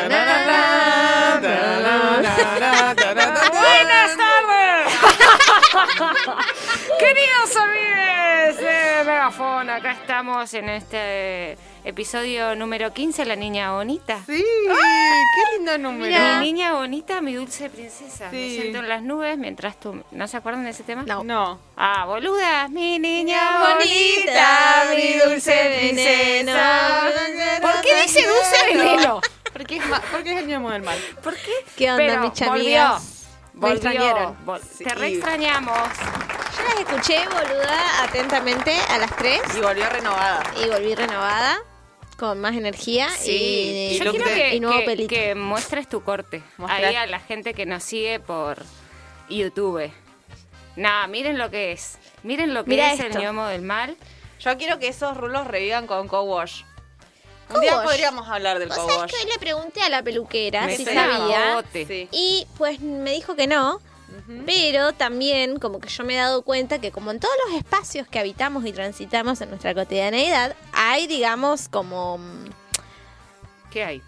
Celebramos en este episodio número 15 la niña bonita. Sí, qué lindo número. Mi niña bonita, mi dulce princesa. Me Sí. siento en las nubes mientras tú. ¿No se acuerdan de ese tema? No. No. Ah, boluda, mi niña bonita, bonita, mi dulce princesa. ¿Por qué dice dulce veneno? Porque es, ma- porque es el mismo del mal. ¿Por qué? ¿Qué onda, Pero mis volvió. amigas? Me Volvió. extrañaron. Vol- Sí. Te reextrañamos. Yo las escuché, boluda, atentamente a las tres Y volvió renovada. y volví renovada, con más energía Sí, y, y Yo look quiero de- que, y nuevo que- pelito. que muestres tu corte Mostrar. ahí a la gente que nos sigue por YouTube. Nada, miren lo que es. Miren lo que Mirá es el esto. ñomo del mal. Yo quiero que esos rulos revivan con co-wash. Un Co-wash. día podríamos hablar del ¿Vos sabés co-wash. que hoy le pregunté a la peluquera Me si suena sabía? bote. Sí. Y pues me dijo que no. Pero también como que yo me he dado cuenta que como en todos los espacios que habitamos y transitamos en nuestra cotidianeidad, hay digamos como... mm, ¿Qué hay?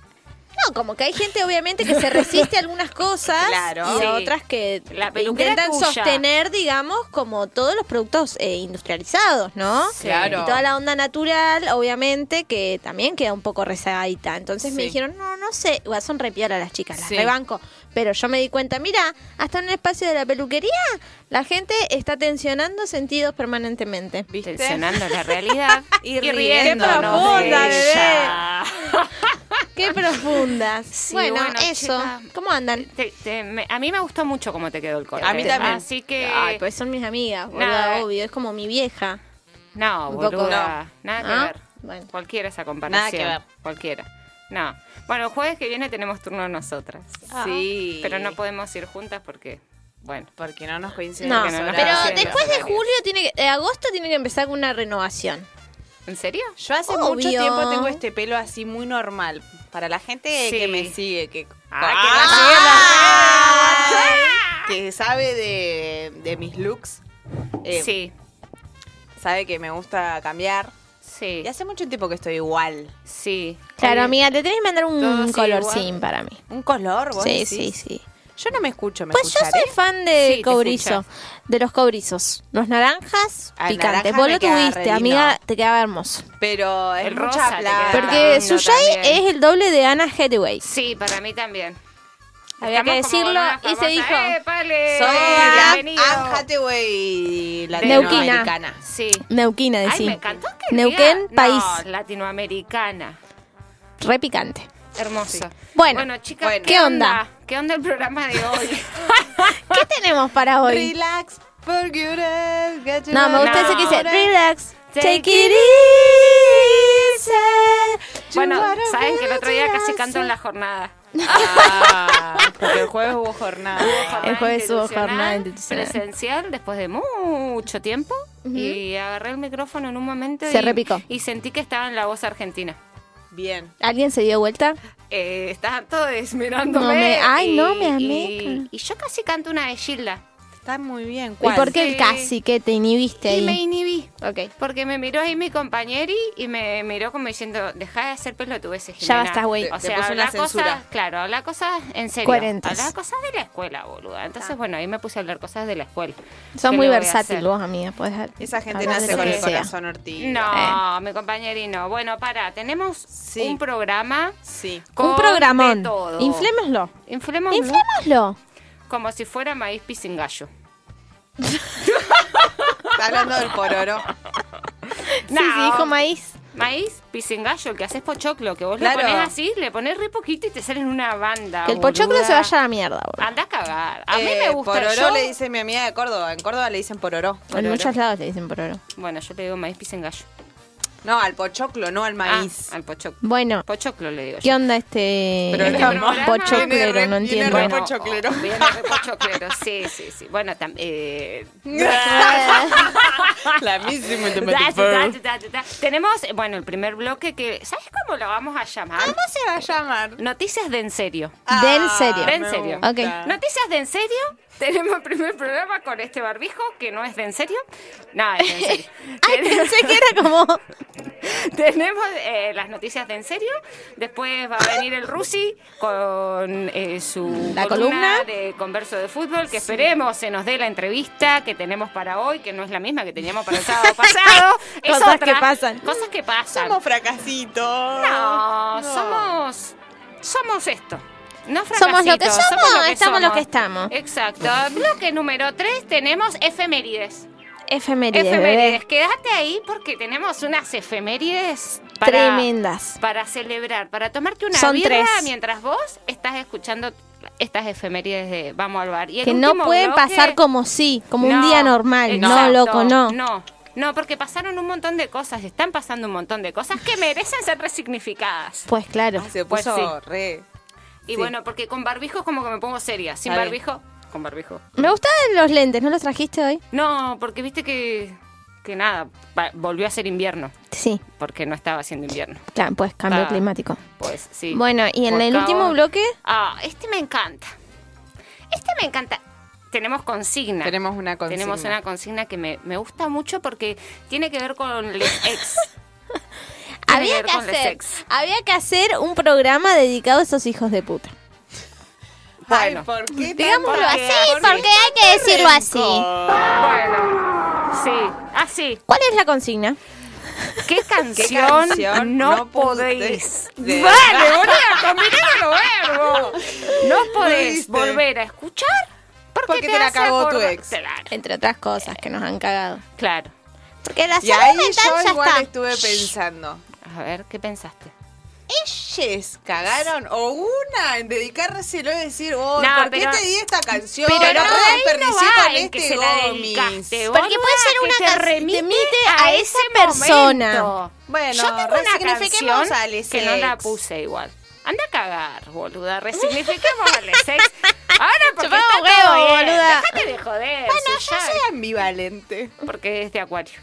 No, como que hay gente obviamente que se resiste a algunas cosas Claro. y Sí. a otras que La peluquera intentan tuya. sostener digamos como todos los productos eh, industrializados, ¿no? Sí. Claro. Y toda la onda natural, obviamente, que también queda un poco rezagadita. Entonces me Sí. dijeron, no, no sé, igual son repiola las chicas, las Sí. rebanco. Pero yo me di cuenta, mira, hasta en el espacio de la peluquería, la gente está tensionando sentidos permanentemente. ¿Viste? Tensionando la realidad y, riendo. riéndonos Qué profunda, de bebé. ella. ¡Ah, ¡Qué profundas! Sí, bueno, bueno, eso. chica. ¿Cómo andan? Te- te- me- a mí me gustó mucho cómo te quedó el corte. A mí también. Así que. Ay, pues son mis amigas, boluda, Nada. obvio, es como mi vieja. No, Un poco. boluda. Nada que Ah, ver. bueno. Cualquiera esa Nada que comparación. ver. Cualquiera. No. Bueno, el jueves que viene tenemos turno nosotras. Ah. Sí. Pero no podemos ir juntas porque, bueno. Porque no nos coinciden No, los horarios. pero hacen después de horarios. julio tiene que, de agosto tiene que empezar con una renovación. ¿En serio? Yo hace Obvio. mucho tiempo tengo este pelo así muy normal. Para la gente Sí. que me sigue, que, Ah, que, que sabe de, de mis looks, eh, Sí, sabe que me gusta cambiar. sí, Y hace mucho tiempo que estoy igual. sí. Claro, Oye, amiga, te tenés que mandar Todo un sí, colorcín igual. para mí. Un color, vos Sí, decís? sí, sí. Yo no me escucho, me Pues yo escucharé. soy fan de Sí, te cobrizo, escuchas. de los cobrizos. Los naranjas Ah, el picantes. naranja Vos me lo queda re tuviste, lindo. amiga, te quedaba hermoso. Pero es El rosa mucha te plata. queda Porque lindo Suyai Ah, también. es el doble de Anna Hathaway. Sí, para mí también. Había que Estamos como decirlo boludas y se famosas. dijo. ¡Eh, pale! Soy la Anne ¡Bienvenido! Hathaway Neuquina. latinoamericana. Sí. Neuquina, Ay, decí. me encantó que Neuquén, diga- país. No, latinoamericana. Re picante. Hermoso. Bueno. chicas, Bueno. ¿Qué onda? ¿Qué onda el programa de hoy? ¿Qué tenemos para hoy? Relax, forget it, get your No, me gusta No. ese que dice, relax, Take take it it easy. bueno, You are saben a que el otro día casi virgin. canto en la jornada. Ah, porque el jueves hubo jornada. Jornada jueves hubo institucional, jornada institucional. Presencial, después de mucho tiempo. Y agarré el micrófono en un momento Se y, repicó. y sentí que estaba en la voz argentina. Bien. ¿Alguien se dio vuelta? Eh, estaban todos esmerándome. No me- ay, y- no, me y, ameca. y yo casi canto una de Gilda. Está muy bien. ¿Y ¿Cuál? por qué el Sí. casi que te inhibiste Y me ahí? inhibí. Ok. Porque me miró ahí mi compañeri y me miró como diciendo, deja de hacer pelotudeces, Ya Jimena". basta, güey. O Te- te sea, puso una habla cosas, censura. claro, habla cosas en serio. Coherentes. Ah. Habla cosas de la escuela, boluda. Entonces, bueno, ahí me puse a hablar cosas de la escuela. Son ¿Qué muy le voy a versátil hacer? vos, amiga. podés Esa gente hablar de nace lo con que el sea. corazón ortigo. Eh. No, mi compañeri no. Bueno, para, tenemos Sí. un programa Sí. con Un de programón. todo. Inflémoslo. Inflemos Inflémoslo. como si fuera maíz pisingallo. Está hablando del pororo. Sí, sí, dijo maíz. Maíz pisingallo, el que haces pochoclo, que vos Claro. le pones así, le pones re poquito y te salen una banda. Que el pochoclo boluda. Ah, se vaya a la mierda, boludo. Anda a cagar. A mí Eh, me gusta Pororó yo- le dice mi amiga de Córdoba. En Córdoba le dicen pororó. En Pororo. muchos lados le dicen pororo. Bueno, yo le digo maíz pisengallo. No, al pochoclo, no al maíz. Ah, al pochoclo. Bueno, Pochoclo le digo ¿qué yo. onda este Pero este el programa viene pochoclero? re- No viene entiendo. re Bueno, pochoclero. oh, viene re pochoclero, sí, sí, sí. Bueno, eh, también... La misma te Da, metí, da, Fer. da, da, da. Tenemos, eh, bueno, el primer bloque que... ¿Sabes cómo lo vamos a llamar? ¿Cómo se va a llamar? Ah, Noticias de en serio. Del serio. Del serio. Ok. Noticias de en serio. Tenemos el primer programa con este barbijo que no es de en serio. Nada, es de en serio. Ay, pensé que era como Tenemos eh, las noticias de en serio. Después va a venir el Rusi con eh, su La columna. de converso de fútbol. Que esperemos se nos dé la entrevista que tenemos para hoy, que no es la misma que teníamos para el sábado pasado. Es Cosas otra. que pasan. Cosas que pasan. Somos fracasitos. no, somos. Somos esto. No Somos lo que fracasitos, somos, lo que estamos lo somos. que estamos. Exacto. Bloque número 3 tenemos efemérides. Efemérides, bebé. Efemérides, quédate ahí porque tenemos unas efemérides para, Tremendas. para celebrar, para tomarte una Son birra tres. mientras vos estás escuchando estas efemérides de Vamos al Bar. Y el Que no último pueden bloque- pasar como sí, como un No, día normal. No, exacto, loco, no. No, no, porque pasaron un montón de cosas, están pasando un montón de cosas que merecen ser resignificadas. Pues claro. Ah, Se Pues puso sí. re. Y Sí. bueno, porque con barbijo como que me pongo seria, sin Está bien. barbijo, con barbijo. Me gustaban los lentes, ¿no los trajiste hoy? No, porque viste que, que nada, va- volvió a ser invierno, Sí, porque no estaba haciendo invierno. claro, pues cambio Está. climático. Pues sí. Bueno, y en Por el favor. último bloque, Ah, este me encanta. Este me encanta. Tenemos consigna. Tenemos una consigna. Tenemos una consigna que me, me gusta mucho porque tiene que ver con les ex. Tiene que había ver que, con les hacer, ex. había que hacer un programa dedicado a esos hijos de puta. Ay, Bueno. ¿por qué tan Digámoslo por- así, por qué porque hay que tanto decirlo así. rencor? Bueno, sí, así. ¿Cuál es la consigna? ¿Qué canción, canción no, no podéis? podéis- de- Vale, boluda, combinaron los verbos. No podéis viste. volver a escuchar porque, Porque te la hace cagó tu acordar- ex. Claro, Entre otras cosas que nos han cagado. claro. Porque la Y salud ahí mental yo ya igual está. estuve pensando. A ver, ¿qué pensaste? ¿Ellas cagaron o una en dedicárselo y decir, oh, No, ¿por pero- qué te di esta canción? Pero La no, puedes ahí no desperdiciar va con en que este se la Gomis. dedicaste, vos. Porque puede ser Boluda, una que te canción remite a, a esa ese persona. momento. Bueno, Yo tengo una resignifiquemos canción a Alex que no la Ex. puse igual. Anda a cagar, boluda. Resignifiquemos a Alex. Ahora porque Chupame está huevo, todo bien. boluda. Déjate de joder. Bueno, yo Susana. soy ambivalente. Porque es de acuario.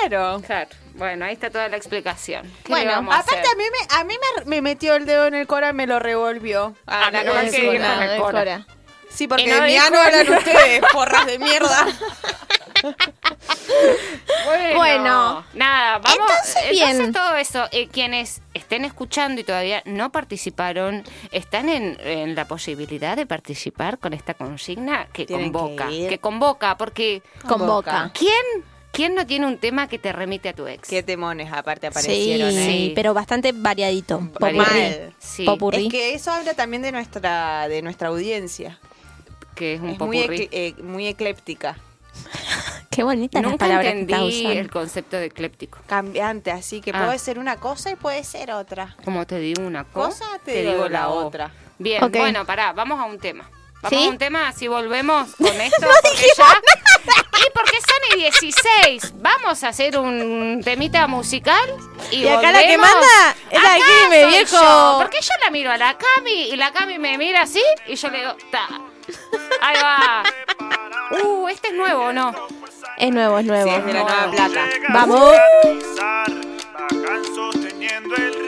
Claro. Claro. Bueno, ahí está toda la explicación. ¿Qué le Bueno, vamos a aparte hacer? a mí, me, a mí me, me metió el dedo en el cora y me lo revolvió. A Ah, la no, canción. que dijo No, el no, coro. Cora. Sí, Y porque no de mi dijo ano hablan nada. ustedes, porras de mierda. Bueno, Bueno. nada, vamos. Entonces, bien. todo eso, eh, quienes estén escuchando y todavía no participaron, están en, en la posibilidad de participar con esta consigna que Tienen que convoca. Que, ir. convoca, porque Convoca. ¿quién, ¿quién no tiene un tema que te remite a tu ex? Qué temones aparte Sí, aparecieron, ¿eh? Sí. pero bastante variadito. Popurrí. Variado. Mal. Sí, Popurrí. Es que eso habla también de nuestra, de nuestra audiencia. que es un es muy, popurrí. ecle- eh, muy ecléptica. Qué bonitas las Nunca palabras que estás entendí el usando. concepto de ecléptico. Cambiante, así que Ah. puede ser una cosa y puede ser otra. Como te digo una cosa, Cosa, te digo la o. otra. Bien, Ok. bueno, pará, vamos a un tema. Vamos ¿Sí? a un tema, así volvemos con esto. porque ya... Y porque son y 16, vamos a hacer un temita musical. Y, Y acá la que volvemos. manda es la Acá Jime, soy viejo. yo, porque yo la miro a la Cami y la Cami me mira así y yo le digo, ta. Ahí va. Uh, este es nuevo, ¿o ¿no? Es nuevo, es nuevo. Sí, es de la nueva plata. Vamos. Bajan sosteniendo el